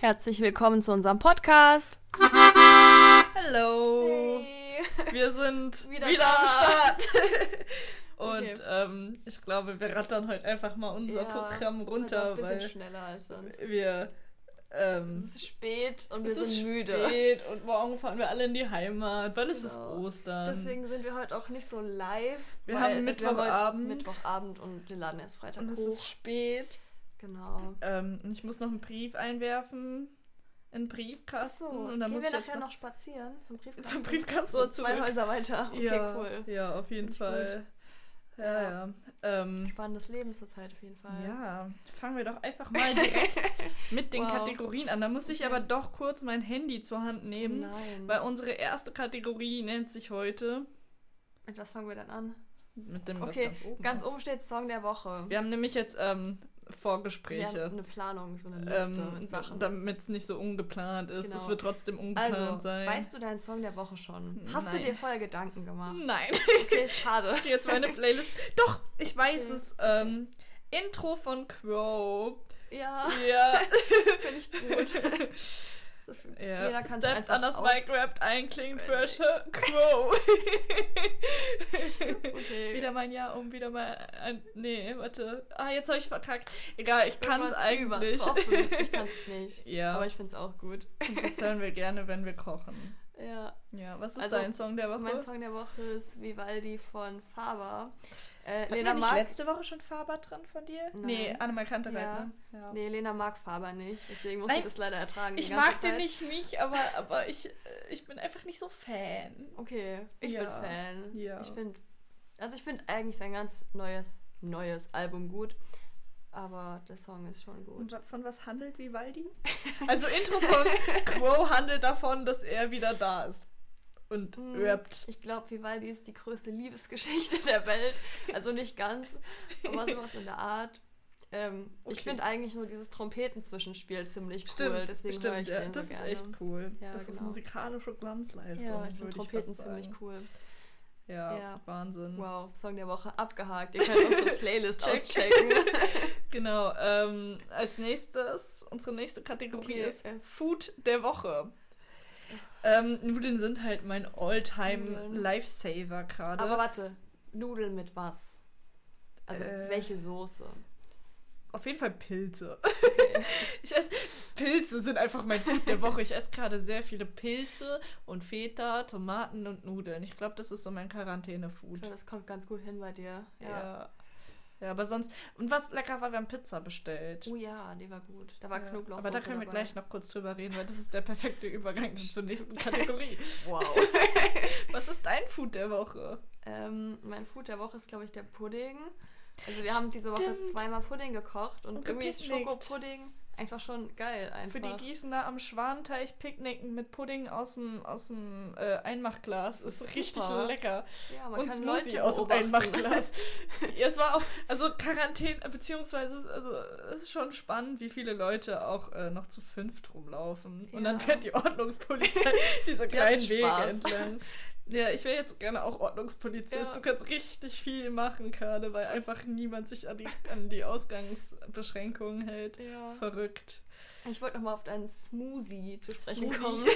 Herzlich willkommen zu unserem Podcast. Hallo! Wir sind Wieder wieder, da. am Start. Und Okay. ähm, ich glaube, wir rattern heute einfach mal unser Ja, Programm Heute runter, Ein bisschen weil schneller als sonst. wir. Ähm, Es ist spät und wir es sind ist müde. spät und morgen fahren wir alle in die Heimat, weil es ist Genau. Ostern. Deswegen sind wir heute auch nicht so live. Ähm, Wir weil haben es- wir heute Mittwochabend. Mittwochabend und wir laden erst Freitag und es hoch. ist spät. genau. Ähm, und ich muss noch einen Brief einwerfen. Einen Briefkasten. Achso, und gehen dann muss wir ich jetzt nachher noch spazieren zum Briefkasten? zum Briefkasten So zwei zurück. Häuser weiter. Okay, ja, cool. ja, auf Finde jeden ich Fall. Ja, Ja. ja. Ähm, Spannendes Leben zurzeit auf jeden Fall. Ja, fangen wir doch einfach mal direkt mit den Wow. Kategorien an. Da musste ich Okay. aber doch kurz mein Handy zur Hand nehmen, Oh Nein. weil unsere erste Kategorie nennt sich heute Mit was fangen wir dann an? mit dem, Okay, was ganz oben Ganz ist. oben steht Song der Woche. Wir haben nämlich jetzt ähm, Wir haben Vorgespräche, eine Planung, so eine Liste ähm, mit Sachen. damit es nicht so ungeplant ist. Genau. Es wird trotzdem ungeplant Also, sein. weißt du deinen Song der Woche schon? Hast Nein. Hm. du dir vorher Gedanken gemacht? Nein, Okay, schade. ich gehe jetzt meine Playlist. Doch, ich weiß Okay. es. Ähm, Intro von Crow. Ja, Ja. finde ich gut. So viel- Ja, Jeder kann es Stepped einfach an das aus- Mic, rappt ein, klingt Wenn- fresh, Crow. Okay. wieder mein Jahr um, wieder mal ein, nee, warte. Ah, jetzt habe ich verkackt. Egal, ich kann es Irgendwas eigentlich. übertroffen. Ich kann es nicht. Ja. Aber ich finde es auch gut. das hören wir gerne, wenn wir kochen. Ja. Ja, was ist Also, dein Song der Woche? Mein Song der Woche ist Vivaldi von Faber. Äh, Hatten Lena wir nicht mag. letzte Woche schon Faber dran von dir? Nein. Nee, Annemal Kantereit, Ja. ne? Ja. Nee, Lena mag Faber nicht. Deswegen muss Nein, ich das leider ertragen. die Ich ganze mag den Zeit. nicht, nicht, aber, aber ich, äh, ich bin einfach nicht so Fan. Okay, ich bin Ja. Fan. Ja. Ich finde, also ich finde eigentlich sein ganz neues, neues Album gut, aber der Song ist schon gut. Und wa- von was handelt Vivaldi? Also Intro von Quo handelt davon, dass er wieder da ist und Mm, rappt. Ich glaube, Vivaldi ist die größte Liebesgeschichte der Welt. Also nicht ganz, aber sowas in der Art. Ähm, Ich Okay. finde eigentlich nur dieses Trompetenzwischenspiel ziemlich cool, deswegen höre ich ja, den das so ist gerne. echt cool. Ja, das ist genau. musikalische Glanzleistung. ja, ich finde würde Trompeten fast ziemlich sagen. cool. Ja, Ja. Wahnsinn. Wow, Song der Woche abgehakt. Ihr könnt unsere Playlist Check. auschecken. Genau. Ähm, als nächstes unsere nächste Kategorie Okay, ist äh. Food der Woche. Ähm, Nudeln sind halt mein Alltime Nudeln. Lifesaver gerade. Aber warte, Nudeln mit was? Also Äh. welche Soße? Auf jeden Fall Pilze. ich esse, Pilze sind einfach mein Food der Woche. Ich esse gerade sehr viele Pilze und Feta, Tomaten und Nudeln. Ich glaube, das ist so mein Ich Quarantäne-Food. glaub, Das kommt ganz gut hin bei dir. Ja. ja. aber sonst. Und was lecker war, wir haben Pizza bestellt. Oh ja, die war gut. Da war Ja. Knoblauch. Aber da können wir gleich noch kurz drüber reden, weil das ist der perfekte Übergang zur nächsten Kategorie. Wow. Was ist dein Food der Woche? ähm, mein Food der Woche ist, glaube ich, der Pudding. Also wir haben diese Woche Stimmt. zweimal Pudding gekocht und, Und irgendwie ist gepicknickt. Schokopudding einfach schon geil. Einfach. Für die Gießener am Schwanteich picknicken mit Pudding aus dem aus dem, äh, Einmachglas. Das Ist, ist richtig super. lecker. ja, man und kann Smoothie Leute aus dem beobachten. Einmachglas. ja, es war auch, also Quarantäne, beziehungsweise, also es ist schon spannend, wie viele Leute auch äh, noch zu fünft rumlaufen. Und dann Ja. fährt die Ordnungspolizei diese Die kleinen hatten Wege Spaß. entlang. Ja, ich wäre jetzt gerne auch Ordnungspolizist. Ja. Du kannst richtig viel machen gerade, weil einfach niemand sich an die, an die Ausgangsbeschränkungen hält. Ja. Verrückt. Ich wollte nochmal auf deinen Smoothie zu sprechen Smoothie. kommen.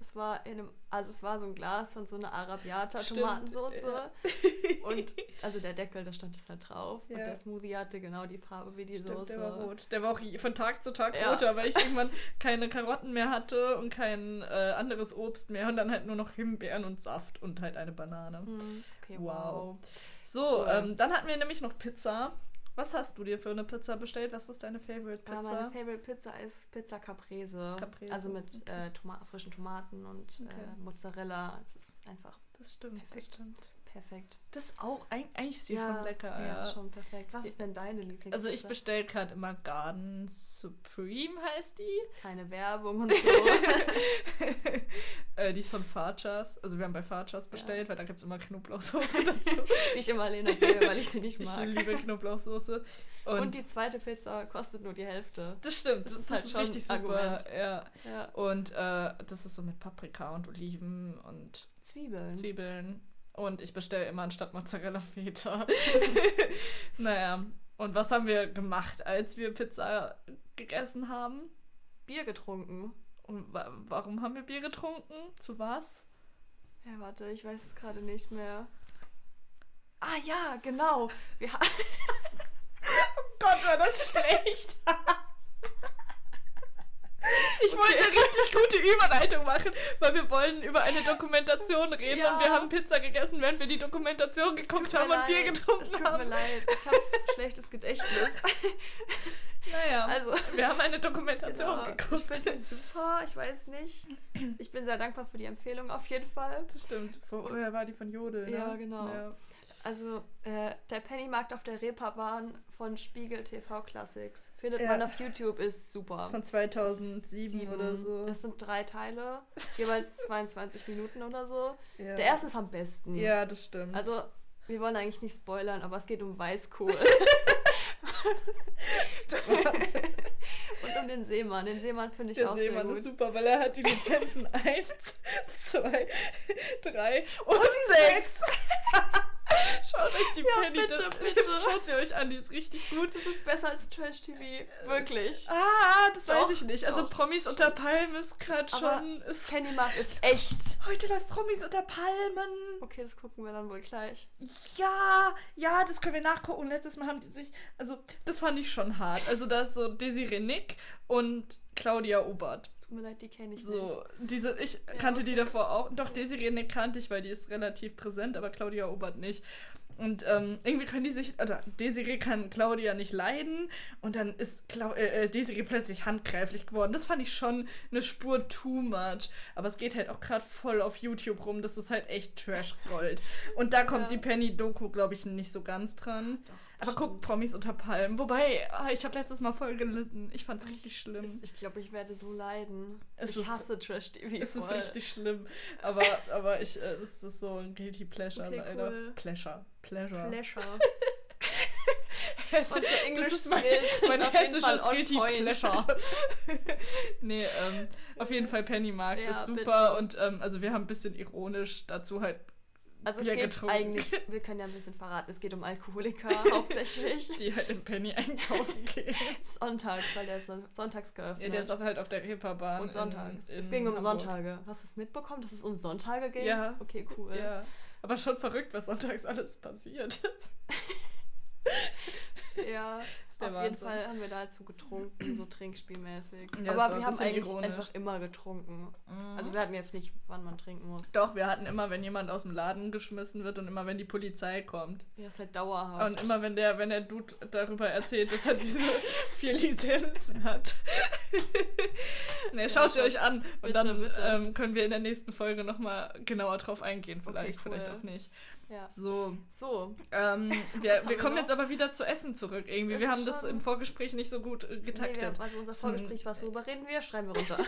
Es war in einem, also es war so ein Glas von so einer Arabiata Stimmt, Tomatensoße und also der Deckel, da stand es halt drauf und Ja. der Smoothie hatte genau die Farbe wie die Stimmt, Soße. der war rot. Der war auch je- von Tag zu Tag Ja. roter, weil ich irgendwann keine Karotten mehr hatte und kein äh, anderes Obst mehr und dann halt nur noch Himbeeren und Saft und halt eine Banane. Hm, Okay, wow. Wow. So, Cool. ähm, dann hatten wir nämlich noch Pizza. Was hast du dir für eine Pizza bestellt? Was ist deine Favorite Ja, Pizza? Ah, meine Favorite Pizza ist Pizza Caprese. Caprese, Also mit äh, Toma frischen Tomaten und äh, Okay. Mozzarella. Es ist einfach das stimmt, das Perfekt. stimmt. perfekt. Das ist auch, eig- eigentlich ist die schon lecker. Ja, Ja. ist schon perfekt. Was ist denn deine Lieblingspizza? Also ich bestelle gerade immer Garden Supreme heißt die. Keine Werbung und so. Äh, die ist von Farchas. Also wir haben bei Farchas bestellt, weil da gibt es immer Knoblauchsoße dazu. die ich immer Lena gebe, weil ich sie nicht Ich mag. liebe Knoblauchsoße. Und, Und, die zweite Pizza kostet nur die Hälfte. das stimmt, das das, ist ist, halt schon richtig ein super. Argument. Ja. Ja. Und äh, das ist so mit Paprika und Oliven und Mhm. Zwiebeln. Zwiebeln. Und ich bestelle immer anstatt Mozzarella Feta. naja, und was haben wir gemacht, als wir Pizza gegessen haben? Bier getrunken. Und wa warum haben wir Bier getrunken? Zu was? Ja, warte, ich weiß es gerade nicht mehr. Ah ja, genau. Wir ha- Gott, war das schlecht. Ich wollte Okay. eine richtig gute Überleitung machen, weil wir wollen über eine Dokumentation reden Ja. und wir haben Pizza gegessen, während wir die Dokumentation Es geguckt tut mir haben und Bier leid. getrunken Es tut mir haben. leid, ich habe schlechtes Gedächtnis. Naja, Also, wir haben eine Dokumentation genau, ich geguckt. finde die super, ich weiß nicht. Ich bin sehr dankbar für die Empfehlung auf jeden Fall. Das stimmt. Vorher war die von Jodel. Ne? Ja, genau. Also, äh, der Pennymarkt auf der Reeperbahn von Spiegel TV Classics. Findet Ja. man auf YouTube, ist super. Das ist von 2007 Sieben. oder so. Es sind drei Teile, jeweils 22 Minuten oder so. ja. Der erste ist am besten. Ja, das stimmt. Also, wir wollen eigentlich nicht spoilern, aber es geht um Weißkohl und um den Seemann. Den Seemann finde ich Der auch Seemann ist sehr gut. super, weil er hat die Lizenzen 1, 2, 3 und 6. Schaut euch die Ja, Penny bitte, das- bitte. Schaut sie euch an, die ist richtig gut. Äh, Das ist besser als Trash TV, wirklich. Ah, das Doch, weiß ich nicht. Also doch, Promis das unter Palmen ist gerade Aber schon. Ist, Pennymarkt ist echt. heute läuft Promis unter Palmen. Okay, das gucken wir dann wohl gleich. Ja, ja, das können wir nachgucken. Letztes Mal haben die sich, also das fand ich schon hart. Also da ist so Desiree Nick und Claudia Obert. Es Tut mir leid, die kenne ich nicht. So, diese, ich kannte die davor auch. Doch, Desiree Nick kannte ich, weil die ist relativ präsent, aber Claudia Obert nicht. Und ähm, irgendwie können die sich, oder Desiree kann Claudia nicht leiden und dann ist Clau äh, äh, Desiree plötzlich handgreiflich geworden. Das fand ich schon eine Spur too much. Aber es geht halt auch gerade voll auf YouTube rum. Das ist halt echt Trash-Gold. Und da kommt Ja. die Penny-Doku, glaube ich, nicht so ganz dran. Doch, aber guckt Promis unter Palmen. Wobei, ah, ich habe letztes Mal voll gelitten. Ich fand's richtig schlimm. Ist- Ich glaube, ich werde so leiden. ähm, Es ich ist- hasse Trash TV. Es ist voll. richtig schlimm, aber, aber ich, äh, es ist so ein guilty pleasure, Okay, leider. cool. Pleasure, pleasure. Pleasure. Das Unsere ist English mein, Skills sind mein auf jeden Fall hessisches on guilty point. pleasure. nee, ähm, auf jeden Fall Pennymarkt Ja, ist super bitte. und ähm, also wir haben ein bisschen ironisch dazu halt Also es Bier geht getrunken. eigentlich, wir können ja ein bisschen verraten, es geht um Alkoholiker hauptsächlich. die halt im Penny einkaufen gehen. Sonntags, weil der ist son- sonntags geöffnet. ja, der ist auch halt auf der Reeperbahn. in- und sonntags. in es ging um Hamburg. Sonntage. Hast du es mitbekommen, dass es um Sonntage ging? Ja. Okay, cool. Ja, aber schon verrückt, was sonntags alles passiert. Ja, Ist der auf jeden Wahnsinn. Fall haben wir dazu getrunken, so trinkspielmäßig. Ja, das war Aber ein wir haben bisschen eigentlich ironisch. einfach immer getrunken. Also Also wir hatten jetzt nicht, wann man trinken muss. Doch, wir hatten immer, wenn jemand aus dem Laden geschmissen wird und immer, wenn die Polizei kommt. Ja, ist halt dauerhaft. Und immer, wenn der, wenn der Dude darüber erzählt, dass er diese vier Lizenzen hat. ne, Ja, schaut sie schon. euch an. Und Bitte, dann bitte. Ähm, können wir in der nächsten Folge nochmal genauer drauf eingehen. Vielleicht, Okay, cool. vielleicht auch nicht. Ja. So, So, ähm, Was wir, haben wir wir kommen noch? jetzt aber wieder zu Essen zurück irgendwie. Wir Ja, haben das schon. im Vorgespräch nicht so gut äh, nee, getaktet. wir, also unser Hm. Vorgespräch, was worüber reden wir, schreiben wir runter.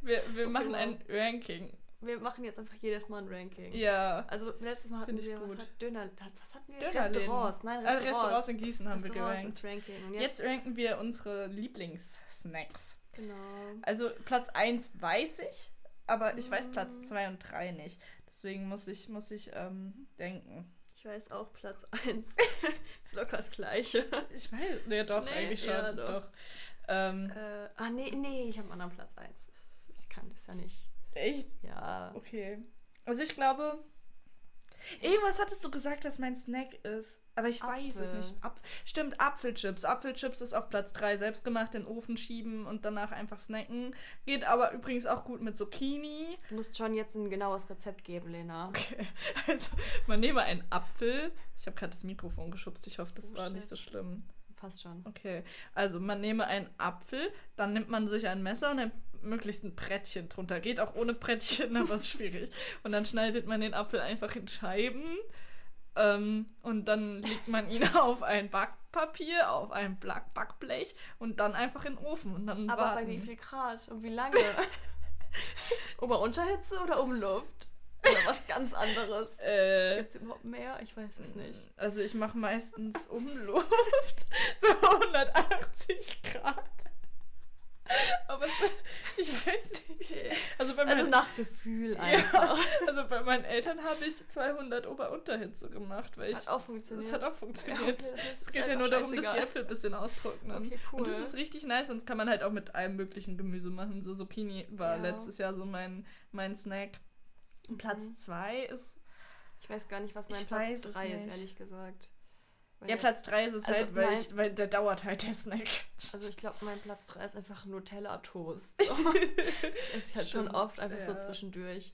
Wir, wir Okay, machen wow. ein Ranking. wir machen jetzt einfach jedes Mal ein Ranking. Ja. Also letztes Mal hatten Find ich wir, was gut. hat Döner, hat, was hatten wir? Dönerläden. Restaurants, nein, Äh, Restaurants. Restaurants in Gießen haben wir Restaurants gerankt. ins Ranking. Und jetzt, Jetzt ranken wir unsere Lieblingssnacks. genau. Also Platz 1 weiß ich, aber ich weiß Mm. Platz 2 und 3 nicht. Deswegen muss ich, muss ich ähm, denken. Ich weiß auch Platz 1. ist locker das Gleiche. Ich weiß. Ja, doch, Nee, eigentlich schon. ja, doch. doch. Ähm, Äh, ah, nee, nee, ich habe einen anderen Platz 1. Ich kann das ja nicht. echt? Ja. Okay. Also ich glaube. Irgendwas hattest du gesagt, was mein Snack ist. Aber ich weiß es Apfel. nicht. Apf Stimmt, Apfelchips. Apfelchips ist auf Platz 3. Selbstgemacht in den Ofen schieben und danach einfach snacken. Geht aber übrigens auch gut mit Zucchini. Du musst schon jetzt ein genaues Rezept geben, Lena. Okay, also man nehme einen Apfel. Ich habe gerade das Mikrofon geschubst. Ich hoffe, das Oh, war shit. nicht so schlimm. Passt schon. Okay, also man nehme einen Apfel, dann nimmt man sich ein Messer und ein möglichst ein Brettchen drunter. Geht auch ohne Brettchen, aber ist schwierig. Und dann schneidet man den Apfel einfach in Scheiben. Ähm, und dann legt man ihn auf ein Backpapier, auf ein Back Backblech und dann einfach in den Ofen. Und dann Aber warten. bei wie viel Grad und wie lange? Ober-Unterhitze oder Umluft? Oder was ganz anderes? Äh, Gibt es überhaupt mehr? Ich weiß es nicht. Also ich mache meistens Umluft, so 180 Grad. Aber es, ich weiß nicht. Also bei Also meinen nach Gefühl einfach. Also bei meinen Eltern habe ich 200 Ober-Unterhitze gemacht, weil ich. Hat auch Das funktioniert. hat auch Ja, funktioniert. okay, das ist es geht ja einfach nur darum, dass die scheißegal. Äpfel ein bisschen austrocknen. Okay, cool. Und das ist richtig nice, sonst kann man halt auch mit allem möglichen Gemüse machen. So Zucchini war Ja. letztes Jahr so mein, mein Snack. Und Platz Mhm. 2 ist. Ich weiß gar nicht, was mein Ich weiß Platz es 3 ist, nicht. ehrlich gesagt. Weil Ja, Platz 3 ist es Also halt, weil, mein- ich, weil der dauert halt der Snack. Also ich glaube, mein Platz 3 ist einfach Nutella-Toast. So. das esse ich halt schon Stimmt, oft einfach so ja. zwischendurch.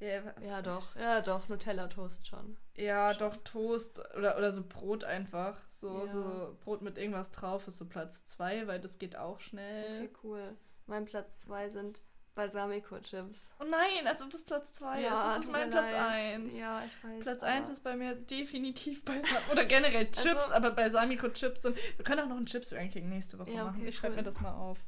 Ja, Ja, doch, ja, doch, Nutella-Toast schon. Ja, doch Toast oder, oder so Brot einfach. So, Ja. so Brot mit irgendwas drauf ist so Platz 2, weil das geht auch schnell. Okay, cool. Mein Platz 2 sind Balsamico-Chips. Oh nein, als ob das Platz 2 ist. Das ist tut mein mir Platz leid. 1. Ja, ich weiß. Platz aber- 1 ist bei mir definitiv Balsamico. Oder generell Chips, Also- aber Balsamico-Chips. Und wir können auch noch ein Chips-Ranking nächste Woche Ja, okay, machen. Ich schreibe cool. mir das mal auf.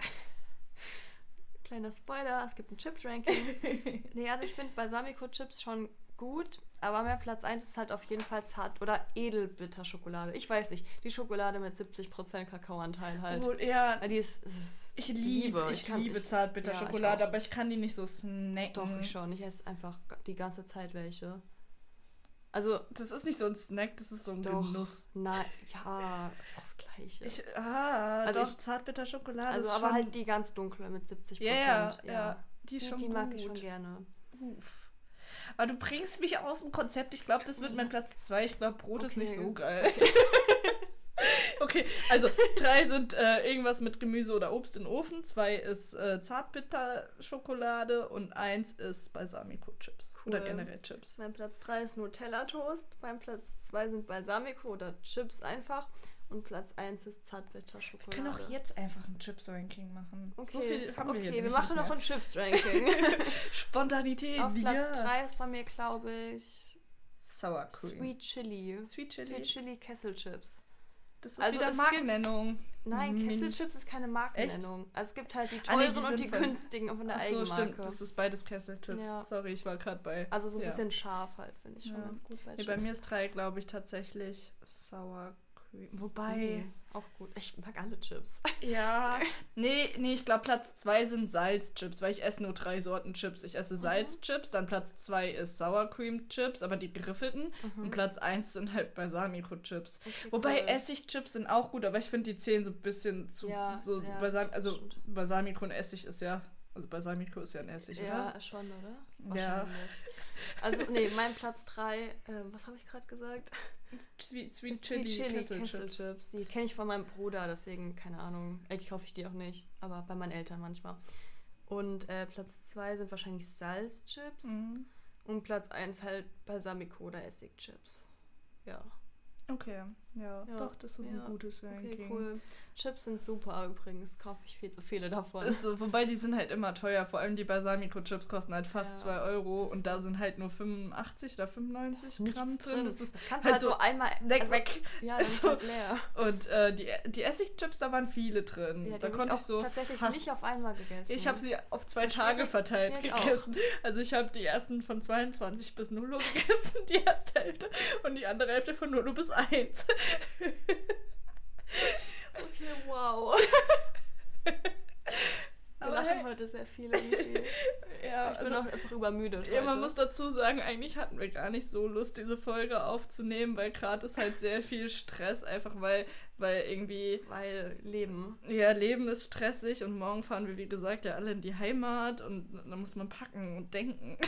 Kleiner Spoiler, es gibt ein Chips-Ranking. nee, also ich finde Balsamico-Chips schon gut, aber mein Platz 1 ist halt auf jeden Fall zart oder Edelbitterschokolade. Ich weiß nicht, die Schokolade mit 70% Kakaoanteil halt. Oh, ja, Weil die ist, es ist ich liebe, ich, kann- liebe ich- Zartbitterschokolade, ja, ich auch. aber ich kann die nicht so snacken. Doch, ich Mhm. schon. Ich esse einfach die ganze Zeit welche. Also, Das ist nicht so ein Snack, das ist so ein Doch. Genuss. nein, ja, ist doch das Gleiche. Ich, ah, Also doch, ich- Zartbitterschokolade also, ist aber schon- halt die ganz dunkle mit 70 Ja, ja, ja, Die Die, ist schon die gut. mag ich schon gerne. Uff. Aber du bringst mich aus dem Konzept. Ich glaube, das wird mein Platz 2. Ich glaube, Brot ist Hm. Okay. nicht so geil. okay, also drei sind äh, irgendwas mit Gemüse oder Obst in den Ofen. Zwei ist äh, Zartbitterschokolade und eins ist Balsamico-Chips. Oder Cool. generell Chips. Mein Platz 3 ist Nutella-Toast, mein Platz 2 sind Balsamico oder Chips einfach und Platz 1 ist Wir Zartbitterschokolade. können auch jetzt einfach ein Chips-Ranking machen. Okay, So viel haben wir okay, hier wir nämlich machen nicht noch ein Chips-Ranking. mehr. Spontanität. Auf ja. Platz 3 ist bei mir, glaube ich, Sour Cream. Sweet Chili. Sweet Chili. Sweet Chili Kesselchips. Das ist Also wieder es gibt- Markennennung. Nein, Mini- Kesselchips ist keine Markennennung. Also es gibt halt die Hm. Ah, nee, die teuren und sind die von- günstigen und von der Ach so, Eigenmarke. stimmt. Das ist beides Kesselchips. Ja. Sorry, ich war gerade bei. also so ein ja. bisschen scharf halt, finde ich schon Ja. ganz gut bei Nee, Chips. bei mir ist drei, glaube ich, tatsächlich Sour Cream. Wobei. Mhm, auch gut. Ich mag alle Chips. Ja. Nee, nee, ich glaube, Platz zwei sind Salzchips, weil ich esse nur drei Sorten Chips. Ich Mhm. esse Salzchips, dann Platz zwei ist Sour Cream Chips, aber die geriffelten. Mhm. Und Platz eins sind halt Balsamico Chips. Okay, Wobei cool. Essigchips sind auch gut, aber ich finde, die zählen so ein bisschen zu. Ja, so ja, Balsam also stimmt. Balsamico und Essig ist ja. Also Balsamico ist ja ein Essig, Ja, oder? schon, oder? Ja. Wahrscheinlich. Also, nee, mein Platz 3, was habe ich gerade gesagt? Sweet, Sweet Sweet Chili, Kesselchips. Kesselchips. Die kenne ich von meinem Bruder, deswegen, keine Ahnung. Eigentlich kaufe ich die auch nicht, aber bei meinen Eltern manchmal. Und äh, Platz 2 sind wahrscheinlich Salzchips Mhm. und Platz 1 halt Balsamico oder Essigchips. Ja, Okay, ja, Ja, doch, das ist ein ja. gutes Ranking. okay, cool. Chips sind super übrigens, kaufe ich viel zu viele davon. Ist so, wobei die sind halt immer teuer, vor allem die Balsamico-Chips kosten halt fast Ja. 2 Euro Das und da sind halt nur 85 oder 95 Gramm drin. Das ist kannst du halt halt so, so einmal... Snack also- weg. Ja, das ist So. halt leer. Und äh, die, die Essigchips, da waren viele drin. Ja, die da hab konnte auch ich so tatsächlich fast nicht auf einmal gegessen. Ich habe sie auf zwei So Tage schwierig. Ja, verteilt ich auch. gegessen. Also ich habe die ersten von 22 bis 0 Uhr gegessen, die erste Hälfte, und die andere Hälfte von 0 Uhr bis 1. Okay, wow. Wir Aber lachen hey. heute sehr viel irgendwie. Ich Ja, bin auch einfach übermüdet heute. Also Ja, man muss dazu sagen, eigentlich hatten wir gar nicht so Lust, diese Folge aufzunehmen, weil gerade ist halt sehr viel Stress, einfach weil, weil irgendwie, Weil Leben. ja, Leben ist stressig und morgen fahren wir, wie gesagt, ja alle in die Heimat und dann muss man packen und denken.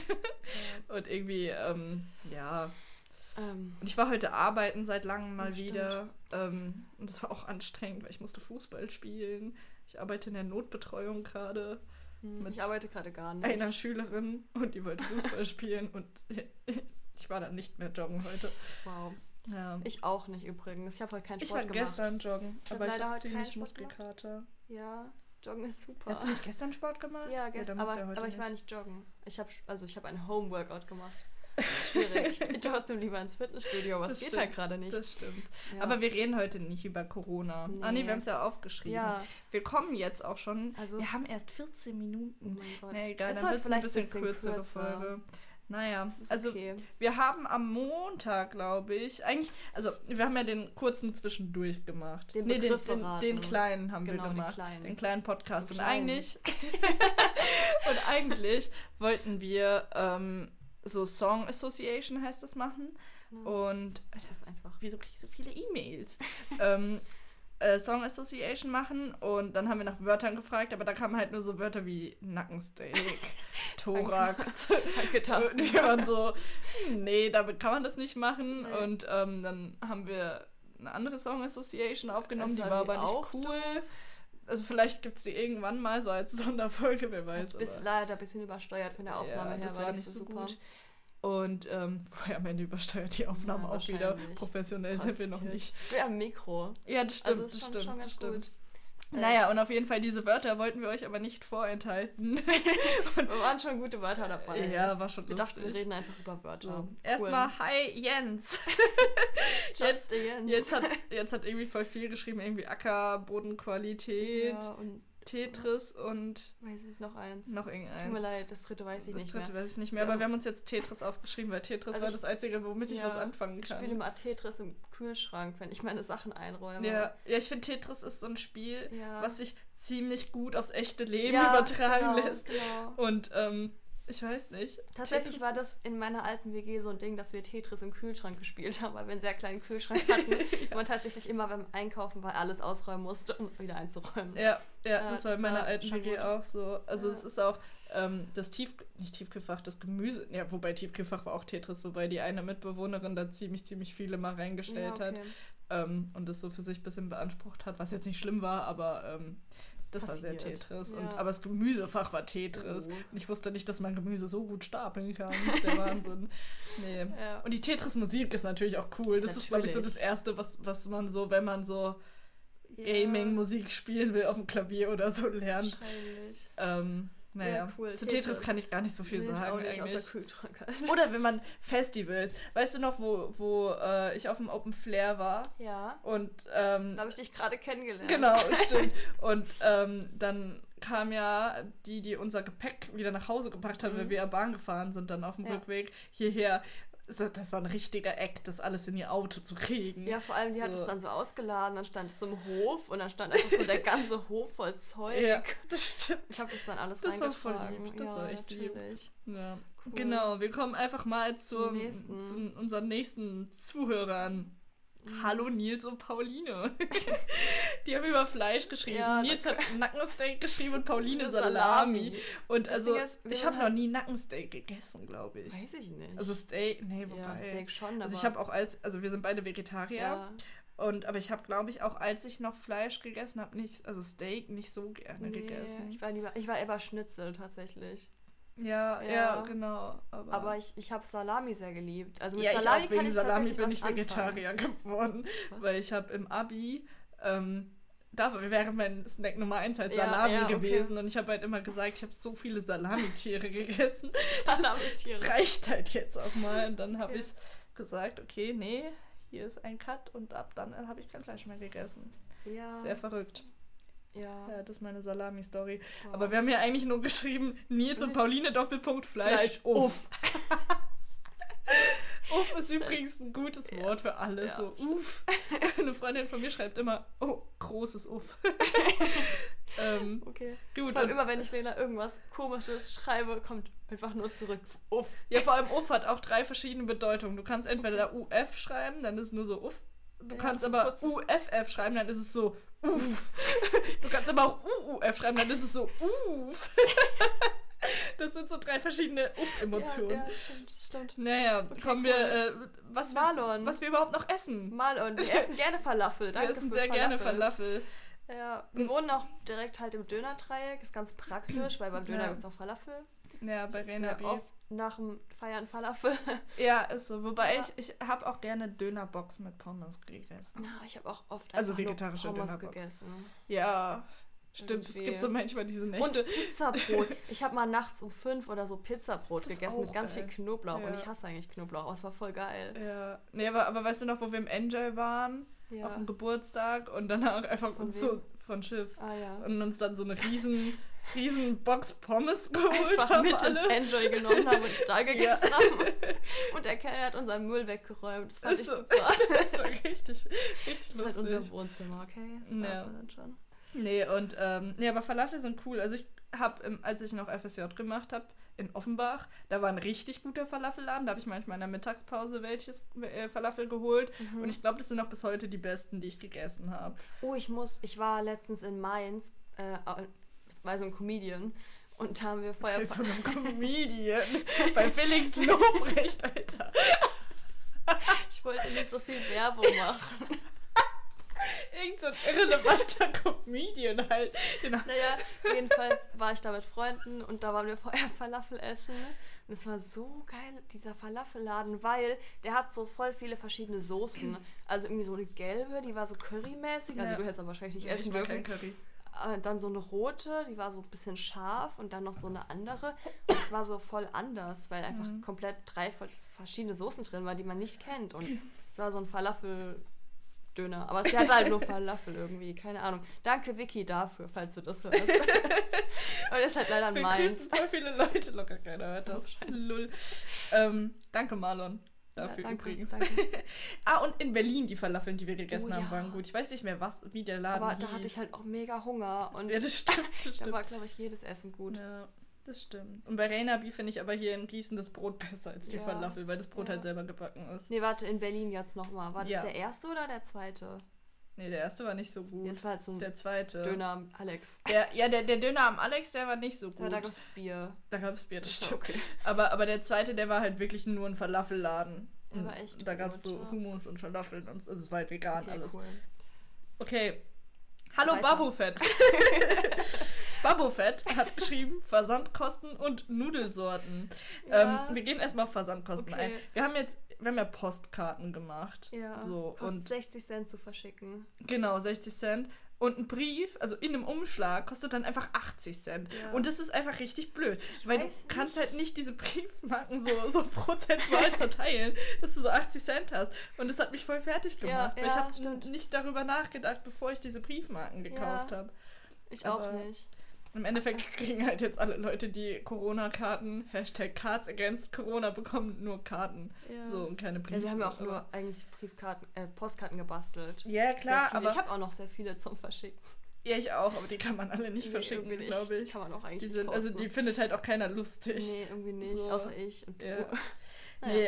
Und irgendwie, ähm, ja. Ähm, Und ich war heute arbeiten seit langem mal Ja, Oh, stimmt. wieder. Ähm, und das war auch anstrengend, weil ich musste Fußball spielen. Ich arbeite in der Notbetreuung gerade. hm, Mit ich arbeite gerade gar nicht. einer Schülerin und die wollte Fußball spielen und ich war dann nicht mehr joggen heute. Wow. Ja. Ich auch nicht übrigens. Ich habe heute keinen Ich Sport war gemacht. gestern joggen, Ich hab aber ich leider habe heute ziemlich keinen Sport gemacht. Muskelkater. Ja, Joggen ist super. Hast du nicht gestern Sport gemacht? ja, gestern, aber, ja heute aber ich war nicht joggen. Ich habe also ich habe ein Home-Workout gemacht. Das ist schwierig. ich gehe trotzdem lieber ins Fitnessstudio, aber Das es geht stimmt. halt gerade nicht. Das stimmt. Ja. Aber wir reden heute nicht über Corona. Ah nee, Nee. wir haben es ja aufgeschrieben. Ja. Wir kommen jetzt auch schon. Also- wir haben erst 14 Oh Minuten. mein Gott. Nee, egal, Es dann wird wird es ein vielleicht bisschen kürzere kürzer. Folge. Naja, Ist also okay. wir haben am Montag, glaube ich, eigentlich, also wir haben ja den kurzen zwischendurch gemacht. Den nee, den, Begriff den, verraten. den kleinen haben Genau, wir den gemacht. Den kleinen. kleinen, Podcast. Den und kleinen. eigentlich. und eigentlich wollten wir ähm, so Song Association heißt das machen. Genau. Und Das ist einfach. wieso kriege ich so viele E-Mails? ähm, äh, Song Association machen und dann haben wir nach Wörtern gefragt, aber da kamen halt nur so Wörter wie Nackensteak, Thorax. Gedacht. Und wir waren so, nee, damit kann man das nicht machen. Nee. Und ähm, dann haben wir eine andere Song Association aufgenommen, Das die war war die aber auch nicht cool. Also vielleicht gibt es die irgendwann mal so als Sonderfolge, wer weiß. Bist aber- leider ein bisschen übersteuert von der Aufnahme her, das war war nicht so super. gut. Und ähm, wobei am Ende übersteuert die Aufnahme Ja, auch wieder. wahrscheinlich. Professionell sind wir noch Passiert. nicht. Wir haben Mikro. Ja, das stimmt, Also ist das schon, stimmt, schon das ganz stimmt. gut. Äh, Naja, und auf jeden Fall diese Wörter wollten wir euch aber nicht vorenthalten. Wir waren schon gute Wörter dabei. ja, war schon Wir lustig. dachten, wir reden einfach über Wörter. so. Cool. Erstmal, hi Jens. Just Jens. Jetzt hat, jetzt hat irgendwie voll viel geschrieben, irgendwie Acker, Bodenqualität, ja, und Tetris und weiß ich noch eins. noch Tut mir irgendeins. leid, das dritte weiß ich das nicht dritte mehr. weiß ich nicht mehr, Ja. aber wir haben uns jetzt Tetris aufgeschrieben, weil Tetris Also war ich- das Einzige, womit ich ja, was anfangen Ich kann. spiele immer Tetris im Kühlschrank, wenn ich meine Sachen einräume. ja. ja, ich finde Tetris ist so ein Spiel, Ja. was sich ziemlich gut aufs echte Leben Ja, übertragen genau, lässt. Genau. Und ähm, ich weiß nicht. Tatsächlich Tetris war ist- das in meiner alten WG so ein Ding, dass wir Tetris im Kühlschrank gespielt haben, weil wir einen sehr kleinen Kühlschrank hatten. Und man tatsächlich immer beim Einkaufen bei alles ausräumen musste, um wieder einzuräumen. Ja, ja, Ja, das war Ah, das in meiner war alten schon WG gut. Ah. auch so. Also Ja. es ist auch ähm, das Tief, nicht Tiefkühlfach, das Gemüse, ja, wobei Tiefkühlfach war auch Tetris, wobei die eine Mitbewohnerin da ziemlich, ziemlich viele mal reingestellt Ja, hat okay. ähm, und das so für sich ein bisschen beansprucht hat, was jetzt nicht schlimm war, aber ähm, das war sehr Passiert. Tetris. Ja. Und, aber das Gemüsefach war Tetris. Oh. Und ich wusste nicht, dass man Gemüse so gut stapeln kann. Das ist der Wahnsinn. Nee. Ja. Und die Tetris-Musik ist natürlich auch cool. Das ist, glaube ich, so das Natürlich. Erste, was, was man so, wenn man so Ja, Gaming-Musik spielen will auf dem Klavier oder so lernt. Wahrscheinlich. Ähm, naja, Ja, cool, zu Tetris Tetris. kann ich gar nicht so viel Nee, ich sagen auch nicht, eigentlich. außer Kühlschrank. Oder wenn man Festivals, weißt du noch, wo, wo äh, ich auf dem Open Flair war Ja. und ähm, Da habe ich dich gerade kennengelernt. genau, stimmt. Und ähm, dann kam ja die, die unser Gepäck wieder nach Hause gebracht hat, Mhm. weil wir ja Bahn gefahren sind dann auf dem Ja. Rückweg hierher. So, Das war ein richtiger Act, das alles in ihr Auto zu kriegen. Ja, vor allem, die hat es So. dann so ausgeladen, dann stand es im Hof und dann stand einfach so der ganze Hof voll Zeug. ja das stimmt. Ich habe das dann alles Das war voll reingetragen. lieb, das ja, war echt lieb. natürlich. Ja, Cool. genau. Wir kommen einfach mal zum, Zum nächsten. Mhm. zu unseren nächsten Zuhörern. Hallo Nils und Pauline. Die haben über Fleisch geschrieben. Ja, Nils hat Nackensteak geschrieben und Pauline Salami. Salami. Und Das also, Ding ist, wir ich sind habe noch halt- nie Nackensteak gegessen, glaube ich. Weiß ich nicht. Also Steak, nee, wobei. ja, Steak schon, aber... also ich habe auch als, also wir sind beide Vegetarier. ja, Und aber ich habe, glaube ich, auch als ich noch Fleisch gegessen habe, nicht, also Steak nicht so gerne nee, gegessen. Ich war, lieber, ich war eher Schnitzel tatsächlich. ja, ja, Ja. genau. Aber, Aber ich, ich habe Salami sehr geliebt. Also mit ja, Salami ich auch, kann wegen ich Salami tatsächlich bin was ich Vegetarier geworden, Anfangen. weil ich habe im Abi, ähm, da wäre mein Snack Nummer eins halt Ja, Salami ja, okay. gewesen und ich habe halt immer gesagt, ich habe so viele Salamitiere gegessen, Was? Salamitiere. das reicht halt jetzt auch mal und dann habe Ja. ich gesagt, okay, nee, hier ist ein Cut und ab dann habe ich kein Fleisch mehr gegessen. Ja, Sehr verrückt. Ah. ja. Ah. Ja, das ist meine Salami-Story. wow. Aber wir haben ja eigentlich nur geschrieben, Nils und Pauline Doppelpunkt Fleisch. Fleisch, Uff. Uff ist übrigens ein gutes Wort für alles. Ja, so, uff. Eine Freundin von mir schreibt immer, oh, großes Uff. ähm, Okay. gut. Vor allem und- immer, wenn ich Lena irgendwas Komisches schreibe, kommt einfach nur zurück. Uff. Ja, vor allem Uff hat auch drei verschiedene Bedeutungen. Du kannst entweder UF schreiben, dann ist es nur so Uff. Du Ja, kannst so aber kurzes- UFF schreiben, dann ist es so Uff. Du kannst aber auch UUF schreiben, dann ist es so Uff. Das sind so drei verschiedene Uff-Emotionen. Ja, ja, stimmt, stimmt. Naja, kommen wir, cool. äh, was, wir, Marlon. was wir überhaupt noch essen. Mal und wir essen gerne Falafel. Danke wir essen für sehr gerne Falafel. Ja, wir wohnen auch direkt halt im Dönerdreieck. Ist ganz praktisch, weil beim Döner Ja. gibt es auch Falafel. Ja, bei Ich esse ja Rena B. oft nach dem Feiern Falafel. Ja, ist so. Wobei Ja. ich, ich habe auch gerne Dönerbox mit Pommes gegessen. Na, ich habe auch oft Also einfach nur vegetarische Pommes Dönerbox. gegessen. Ja, stimmt. Es Irgendwie. gibt so manchmal diese Nächte. Und Pizzabrot. Ich habe mal nachts um fünf oder so Pizzabrot Das ist gegessen mit auch ganz geil. viel Knoblauch. Ja. Und ich hasse eigentlich Knoblauch, aber es war voll geil. Ja, nee, aber, aber weißt du noch, wo wir im Enjoy waren? Ja. Auf dem Geburtstag und danach einfach Von uns so von Schiff Ah ja. und uns dann so eine riesen, riesen Box Pommes geholt Einfach haben. mit alle. ins Enjoy genommen haben und da gegessen haben. Und der Kerl hat unseren Müll weggeräumt. Das fand Das ich so- super. Das war richtig, richtig Das ist halt lustig. unser Wohnzimmer, okay? Das Ja. darf man dann schon. Nee, und ähm, nee, aber Falafel sind cool. Also ich habe, als ich noch FSJ gemacht habe in Offenbach, da war ein richtig guter Falafelladen. Da habe ich manchmal in der Mittagspause welches äh, Falafel geholt. Mhm. Und ich glaube, das sind auch bis heute die besten, die ich gegessen habe. Oh, ich muss, ich war letztens in Mainz äh, bei so einem Comedian und da haben wir Feuer. Bei so einem Comedian. Bei Felix Lobrecht, Alter. Ich wollte nicht so viel Werbung machen. Irgend so ein irrelevanter Comedian halt. Den Naja, jedenfalls war ich da mit Freunden und da waren wir vorher Falafel essen. Und es war so geil, dieser Falafelladen, weil der hat so voll viele verschiedene Soßen. Also irgendwie so eine gelbe, die war so currymäßig. Also Ja. du hättest dann wahrscheinlich nicht essen Ich mag kein dürfen. Curry. Äh, Dann so eine rote, die war so ein bisschen scharf und dann noch so eine andere. Und es war so voll anders, weil einfach Mhm. komplett drei ver- verschiedene Soßen drin waren, die man nicht kennt. Und es war so ein Falafel-Döner. Aber es hatte halt nur Falafel irgendwie, keine Ahnung. Danke Vicky dafür, falls du das hörst. Und das ist halt leider Wir meins. grüßen so viele Leute, locker keiner hört das. Lull. Ähm, danke Marlon. Dafür Ja, danke, übrigens. danke. Ah, und in Berlin die Falafeln, die wir gegessen Oh, haben, ja. waren gut. Ich weiß nicht mehr, was, wie der Laden Aber hieß. da hatte ich halt auch mega Hunger und Ja, das stimmt, das da stimmt. war, glaube ich, jedes Essen gut. Ja, das stimmt. Und bei Renabi finde ich aber hier in Gießen das Brot besser als die Ja, Falafel, weil das Brot ja. halt selber gebacken ist. Nee, warte, in Berlin jetzt nochmal. War das Ja. der erste oder der zweite? Nee, der erste war nicht so gut. Jetzt war halt so ein Der zweite. Döner, Alex. Der, ja, der, der Döner am Alex, der war nicht so Ja, gut. da gab's Bier. da gab es Bier, das Ja, stimmt. Okay. Aber, aber der zweite, der war halt wirklich nur ein Falafelladen. Der war echt da gut, gab es so ja. Hummus und Falafeln und es also es war halt vegan okay alles. Cool. Okay. Hallo Weiter. Babofett. Babofett hat geschrieben Versandkosten und Nudelsorten. Ja. Ähm, wir gehen erstmal auf Versandkosten Okay. ein. Wir haben jetzt wir haben ja Postkarten gemacht. Ja, So kostet und 60 Cent zu verschicken. genau 60 Cent und ein Brief, also in einem Umschlag kostet dann einfach 80 Cent. Ja. Und das ist einfach richtig blöd, weil du weiß nicht. kannst halt nicht diese Briefmarken so so prozentual zerteilen, dass du so 80 Cent hast und das hat mich voll fertig Ja, gemacht, weil ja, ich stimmt. habe nicht darüber nachgedacht, bevor ich diese Briefmarken gekauft Ja. habe. Ich Aber- auch nicht. Im Endeffekt kriegen halt jetzt alle Leute, die Corona-Karten, Hashtag Cards against Corona, bekommen nur Karten. Ja. So und keine Briefe. Ja, wir haben ja auch aber- nur eigentlich Briefkarten, äh, Postkarten gebastelt. Ja, klar, Sehr viele. aber. ich habe auch noch sehr viele zum Verschicken. ja, ich auch, aber die kann man alle nicht Nee, verschicken, irgendwie nicht. glaube ich. Kann man auch eigentlich Die nicht sind, also posten. die findet halt auch keiner lustig. Nee, irgendwie nicht, So. außer ich und du. Ja. Nee,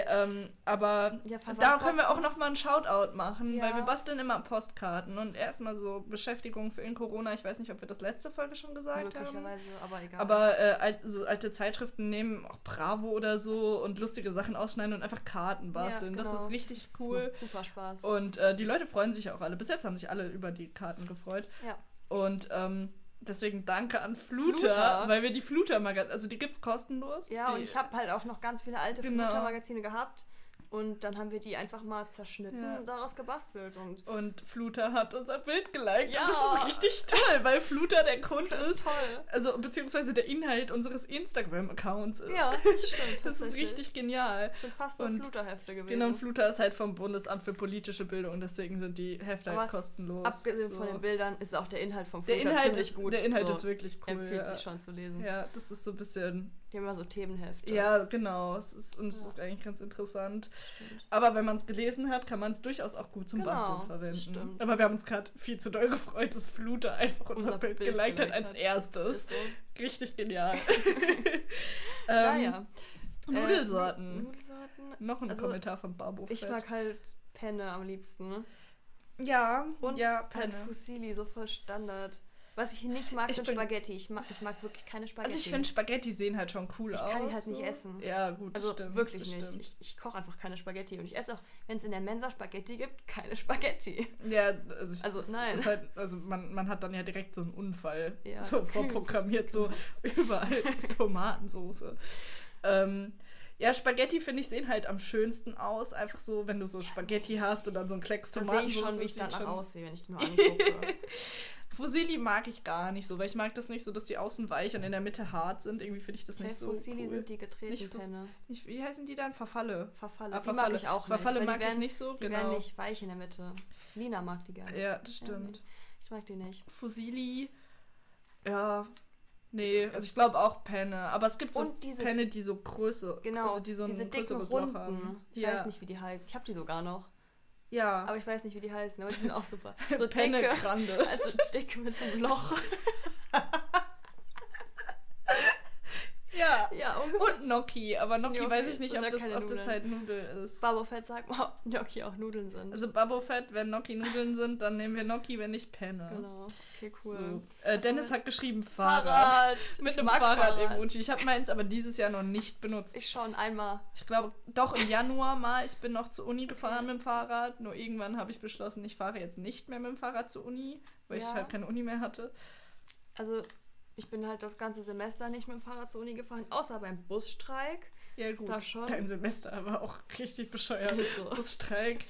Naja. ähm, aber Ja, da können Versandkosten. wir auch nochmal einen Shoutout machen, Ja. weil wir basteln immer Postkarten und erstmal so Beschäftigung für in Corona. Ich weiß nicht, ob wir das letzte Folge schon gesagt haben. Möglicherweise, aber egal. Aber äh, alt, so alte Zeitschriften nehmen auch Bravo oder so und lustige Sachen ausschneiden und einfach Karten basteln. Ja, Das genau. ist richtig Das cool. macht Super Spaß. Und äh, die Leute freuen sich auch alle. Bis jetzt haben sich alle über die Karten gefreut. Ja. Und ähm, deswegen danke an Fluter, Fluter. weil wir die Fluter magazin also die gibt's kostenlos. ja, die, und ich habe halt auch noch ganz viele alte Genau. Flutter-Magazine gehabt. Und dann haben wir die einfach mal zerschnitten Ja. und daraus gebastelt. Und Und Fluter hat unser Bild geliked. Ja. Und das ist richtig toll, weil Fluter der Grund das ist ist, toll. also beziehungsweise der Inhalt unseres Instagram-Accounts ist. Ja, stimmt. das ist tatsächlich. richtig genial. Das sind fast nur Und- Fluterhefte gewesen. Genau, und Fluter ist halt vom Bundesamt für politische Bildung, deswegen sind die Hefte halt Aber kostenlos. Abgesehen so. von den Bildern ist auch der Inhalt vom der Fluter Inhalt ziemlich ist gut. Der Inhalt so, ist wirklich cool. Empfiehlt ja. sich schon zu lesen. ja, das ist so ein bisschen. Die haben immer so Themenhefte. Ja, genau. Es ist, und es Ja. ist eigentlich ganz interessant. Stimmt. Aber wenn man es gelesen hat, kann man es durchaus auch gut zum Genau, Basteln das verwenden. stimmt. Aber wir haben uns gerade viel zu doll gefreut, dass Fluter einfach unser, Unser Bild, Bild geliked hat geliked als hat. erstes. Ist so. Richtig genial. ähm, naja. Äh, Nudelsorten. Nudelsorten. Noch ein also, Kommentar von Babo. Ich Fett. mag halt Penne am liebsten. Ja, Und ja, halt Penne. Fusilli, so voll Standard. Was ich nicht mag, Ich sind bin- Spaghetti. Ich mag, ich mag wirklich keine Spaghetti. Also ich finde Spaghetti sehen halt schon cool Ich aus. kann die halt nicht so. essen. Ja, gut, das also stimmt. wirklich das nicht. Stimmt. Ich, ich koche einfach keine Spaghetti. Und ich esse auch, wenn es in der Mensa Spaghetti gibt, keine Spaghetti. Ja, also, ich, Also, es nein. Ist halt, also man, man hat dann ja direkt so einen Unfall Ja. so vorprogrammiert, so überall ist Tomatensoße. Ähm, ja, Spaghetti finde ich sehen halt am schönsten aus. Einfach so, wenn du so Spaghetti hast und dann so einen Klecks Da sehe ich Tomatensoße. schon, wie ich sieht danach schon- aussehe, wenn ich die mir angucke. Fusilli mag ich gar nicht so, weil ich mag das nicht so, dass die außen weich und in der Mitte hart sind. Irgendwie finde ich das nicht Hey, so Fossili cool. sind die getretenen Nicht Fus- Penne. nicht, wie heißen die dann? Verfalle. Verfalle. Ah, die mag ich auch nicht. Verfalle weil die mag ich werden- nicht so, Die genau. werden nicht weich in der Mitte. Lina mag die gerne. Ja, das stimmt. Ich mag die nicht. Fusili. Ja. Nee, also ich glaube auch Penne. Aber es gibt so Und diese- Penne, die so größer, Genau, also die so ein diese dicken größeres Runden. Loch haben. Ich weiß nicht, wie die heißen. Ich habe die sogar noch. Ja. Aber ich weiß nicht, wie die heißen, aber die sind auch super. so So Ah. Penne dicke, Grande. also dicke mit so einem Loch. Ja. Ja, ungefähr. Und Gnocchi, aber Gnocchi Gnocchi weiß ich ist nicht, ob oder das, keine ob das Nudeln. halt Nudel ist. Babo Fett sagt mal, ob Gnocchi auch Nudeln sind. Also Babo Fett, wenn Gnocchi Nudeln sind, dann nehmen wir Gnocchi, wenn nicht Penne. genau. Okay, cool. So. Äh, Was Dennis haben wir- hat geschrieben Fahrrad. Mit Ich einem mag Fahrrad-Emoji. Ich habe meins aber dieses Jahr noch nicht benutzt. Ich schon einmal. Ich glaube, doch im Januar mal. Ich bin noch zur Uni gefahren mit dem Fahrrad. Nur irgendwann habe ich beschlossen, ich fahre jetzt nicht mehr mit dem Fahrrad zur Uni, weil Ja. ich halt keine Uni mehr hatte. Also ich bin halt das ganze Semester nicht mit dem Fahrrad zur Uni gefahren, außer beim Busstreik. Ja, gut. Da schon. Dein Semester war auch richtig bescheuert. Ist so. Busstreik.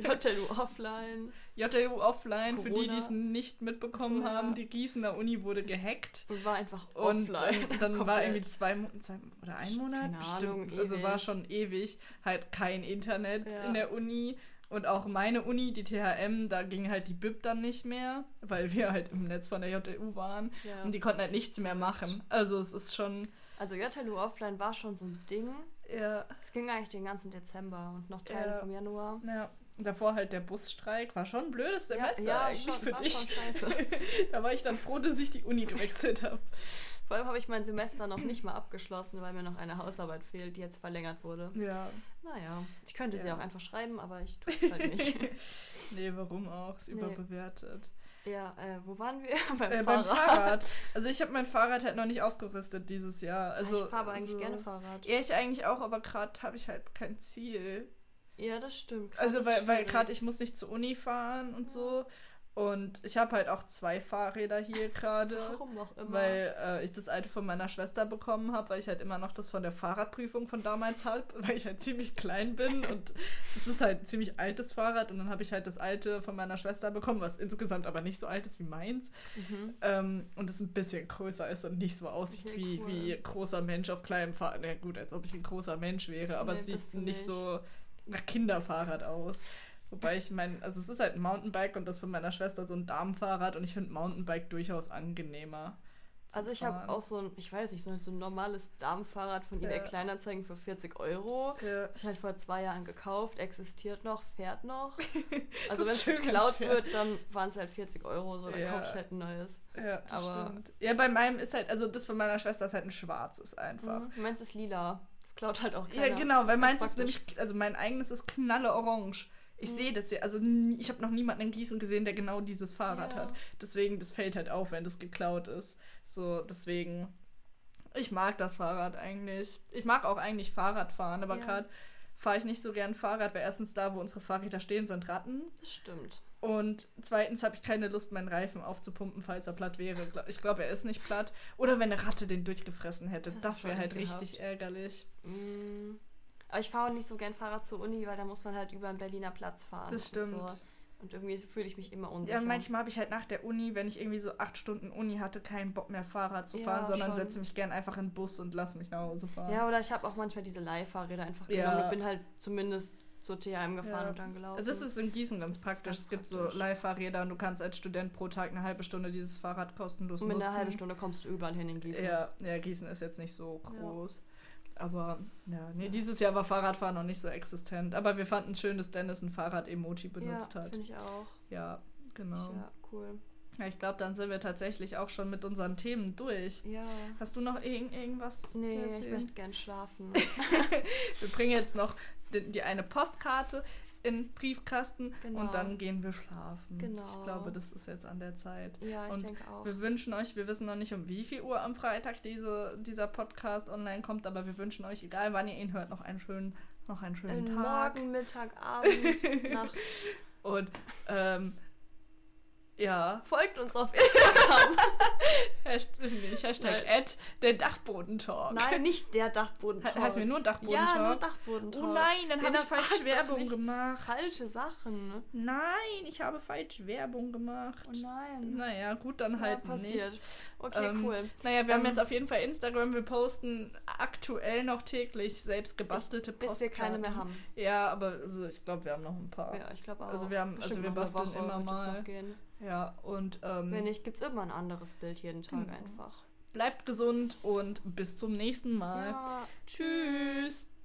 JLU offline. JLU offline, für die, Corona. die es nicht mitbekommen Ach so, ja. haben, die Gießener Uni wurde gehackt. Und war einfach Und offline. ähm, dann war Komplett. irgendwie zwei, Mo- zwei oder ein Psst, Monat, halt. keine Ahnung, bestimmt, also ewig. war schon ewig, halt kein Internet Ja. in der Uni. Und auch meine Uni, die THM, da ging halt die BIP dann nicht mehr, weil wir halt im Netz von der JLU waren. Ja. Und die konnten halt nichts mehr machen. Also es ist schon, Also JLU offline war schon so ein Ding. ja, Es ging eigentlich den ganzen Dezember und noch Teile Ja. vom Januar. ja. Und Davor halt der Busstreik, war schon ein blödes Semester ja, eigentlich schon, für war dich. schon scheiße. da war ich dann froh, dass ich die Uni gewechselt habe. Vor allem habe ich mein Semester noch nicht mal abgeschlossen, weil mir noch eine Hausarbeit fehlt, die jetzt verlängert wurde. Ja. Naja, ich könnte sie Ja. auch einfach schreiben, aber ich tue es halt nicht. Nee, warum auch? Ist Nee. überbewertet. ja, äh, wo waren wir? Beim Äh, beim Fahrrad. Also ich habe mein Fahrrad halt noch nicht aufgerüstet dieses Jahr. Also, Ah, ich fahre aber eigentlich so- gerne Fahrrad. Ja, ich eigentlich auch, aber gerade habe ich halt kein Ziel. Ja, das stimmt. Grad also ist weil, weil schwierig. gerade ich muss nicht zur Uni fahren und so. Und ich habe halt auch zwei Fahrräder hier gerade. Warum auch immer. Weil äh, ich das alte von meiner Schwester bekommen habe, weil ich halt immer noch das von der Fahrradprüfung von damals habe, weil ich halt ziemlich klein bin und das ist halt ein ziemlich altes Fahrrad und dann habe ich halt das alte von meiner Schwester bekommen, was insgesamt aber nicht so alt ist wie meins Mhm. ähm, und es ein bisschen größer ist und nicht so aussieht Okay, wie, cool. wie großer Mensch auf kleinem Fahrrad. Na gut, als ob ich ein großer Mensch wäre, aber Nee, es sieht bist du nicht, nicht. so nach Kinderfahrrad aus. Wobei ich meine, also es ist halt ein Mountainbike und das von meiner Schwester so ein Damenfahrrad und ich finde Mountainbike durchaus angenehmer. zu Also ich habe fahren. auch so ein, ich weiß nicht, so ein, so ein normales Damenfahrrad von eBay Ja. Kleinanzeigen für 40 Euro. Ja. Hab ich halt vor zwei Jahren gekauft, existiert noch, fährt noch. Also ist wenn es schön, wenn's geklaut fährt. wird, dann waren es halt 40 Euro, so dann Ja. kaufe ich halt ein neues. Ja, das Aber- stimmt. Ja, bei meinem ist halt, also das von meiner Schwester ist halt ein schwarzes einfach. Mhm. Meins ist lila. Das klaut halt auch keiner. Ja, genau, Das ganz weil meins ist praktisch. nämlich, also mein eigenes ist knalle orange. Ich Mhm. sehe das ja, also nie- ich habe noch niemanden in Gießen gesehen, der genau dieses Fahrrad Ja. hat. Deswegen, das fällt halt auf, wenn das geklaut ist. So, deswegen, ich mag das Fahrrad eigentlich. Ich mag auch eigentlich Fahrrad fahren, aber Ja. gerade fahre ich nicht so gern Fahrrad, weil erstens da, wo unsere Fahrräder stehen, sind Ratten. Das stimmt. Und zweitens habe ich keine Lust, meinen Reifen aufzupumpen, falls er platt wäre. Gla- Ich glaube, er ist nicht platt. Oder wenn eine Ratte den durchgefressen hätte. Das Das, ist schon wäre halt ekelhaft. richtig ärgerlich. Mm. Aber ich fahre auch nicht so gern Fahrrad zur Uni, weil da muss man halt über den Berliner Platz fahren. Das und stimmt. So. Und irgendwie fühle ich mich immer unsicher. Ja, manchmal habe ich halt nach der Uni, wenn ich irgendwie so acht Stunden Uni hatte, keinen Bock mehr Fahrrad zu Ja, fahren, sondern schon. setze mich gern einfach in den Bus und lass mich nach Hause fahren. Ja, oder ich habe auch manchmal diese Leihfahrräder einfach Ja. genommen und bin halt zumindest zur THM gefahren Ja. und dann gelaufen. Also das ist in Gießen ganz Das ist praktisch. ganz es gibt so praktisch. Leihfahrräder und du kannst als Student pro Tag eine halbe Stunde dieses Fahrrad kostenlos und mit nutzen. einer halben Stunde kommst du überall hin in Gießen. Ja, ja, Gießen ist jetzt nicht so Ja. groß. Aber ja, nee, dieses Jahr war Fahrradfahren noch nicht so existent. Aber wir fanden es schön, dass Dennis ein Fahrrad-Emoji benutzt ja, hat. finde ich auch. Ja, genau. Ja, cool. Ja, ich glaube, dann sind wir tatsächlich auch schon mit unseren Themen durch. Ja. Hast du noch irgend irgendwas zu Nee, ich erzählen? möchte gern schlafen. wir bringen jetzt noch die, die eine Postkarte in den Briefkasten Genau. und dann gehen wir schlafen. Genau. Ich glaube, das ist jetzt an der Zeit. Ja, ich Und denke auch. Wir wünschen euch, wir wissen noch nicht, um wie viel Uhr am Freitag diese, dieser Podcast online kommt, aber wir wünschen euch, egal wann ihr ihn hört, noch einen schönen, noch einen schönen Einen Tag. Äh, Morgen, Mittag, Abend, Nacht. Und ähm, ja, Folgt uns auf Instagram. Hashtag, nicht, Hashtag Ad, der Dachbodentalk. Nein, nicht der Dachbodentalk. He heißt mir nur Dachbodentalk. Ja, nur Dachbodentalk. Oh nein, dann Nee, habe ich das falsch sagt doch Werbung nicht. gemacht. Falsche Sachen. Nein, ich habe falsch Werbung gemacht. Oh nein. Naja, gut, dann halt ja, passiert. nicht. Okay, Ähm, cool. Naja, wir haben Ähm, jetzt auf jeden Fall Instagram. Wir posten aktuell noch täglich selbst gebastelte Postkarten. Bis wir keine mehr haben. Ja, aber also ich glaube, wir haben noch ein paar. Ja, ich glaube auch. Also wir haben- also Bestimmt wir noch eine basteln Woche immer wird das mal. noch gehen. Ja, und ähm, Wenn nicht, gibt's immer ein anderes Bild jeden Tag Genau. einfach. bleibt gesund und bis zum nächsten Mal. Ja. Tschüss.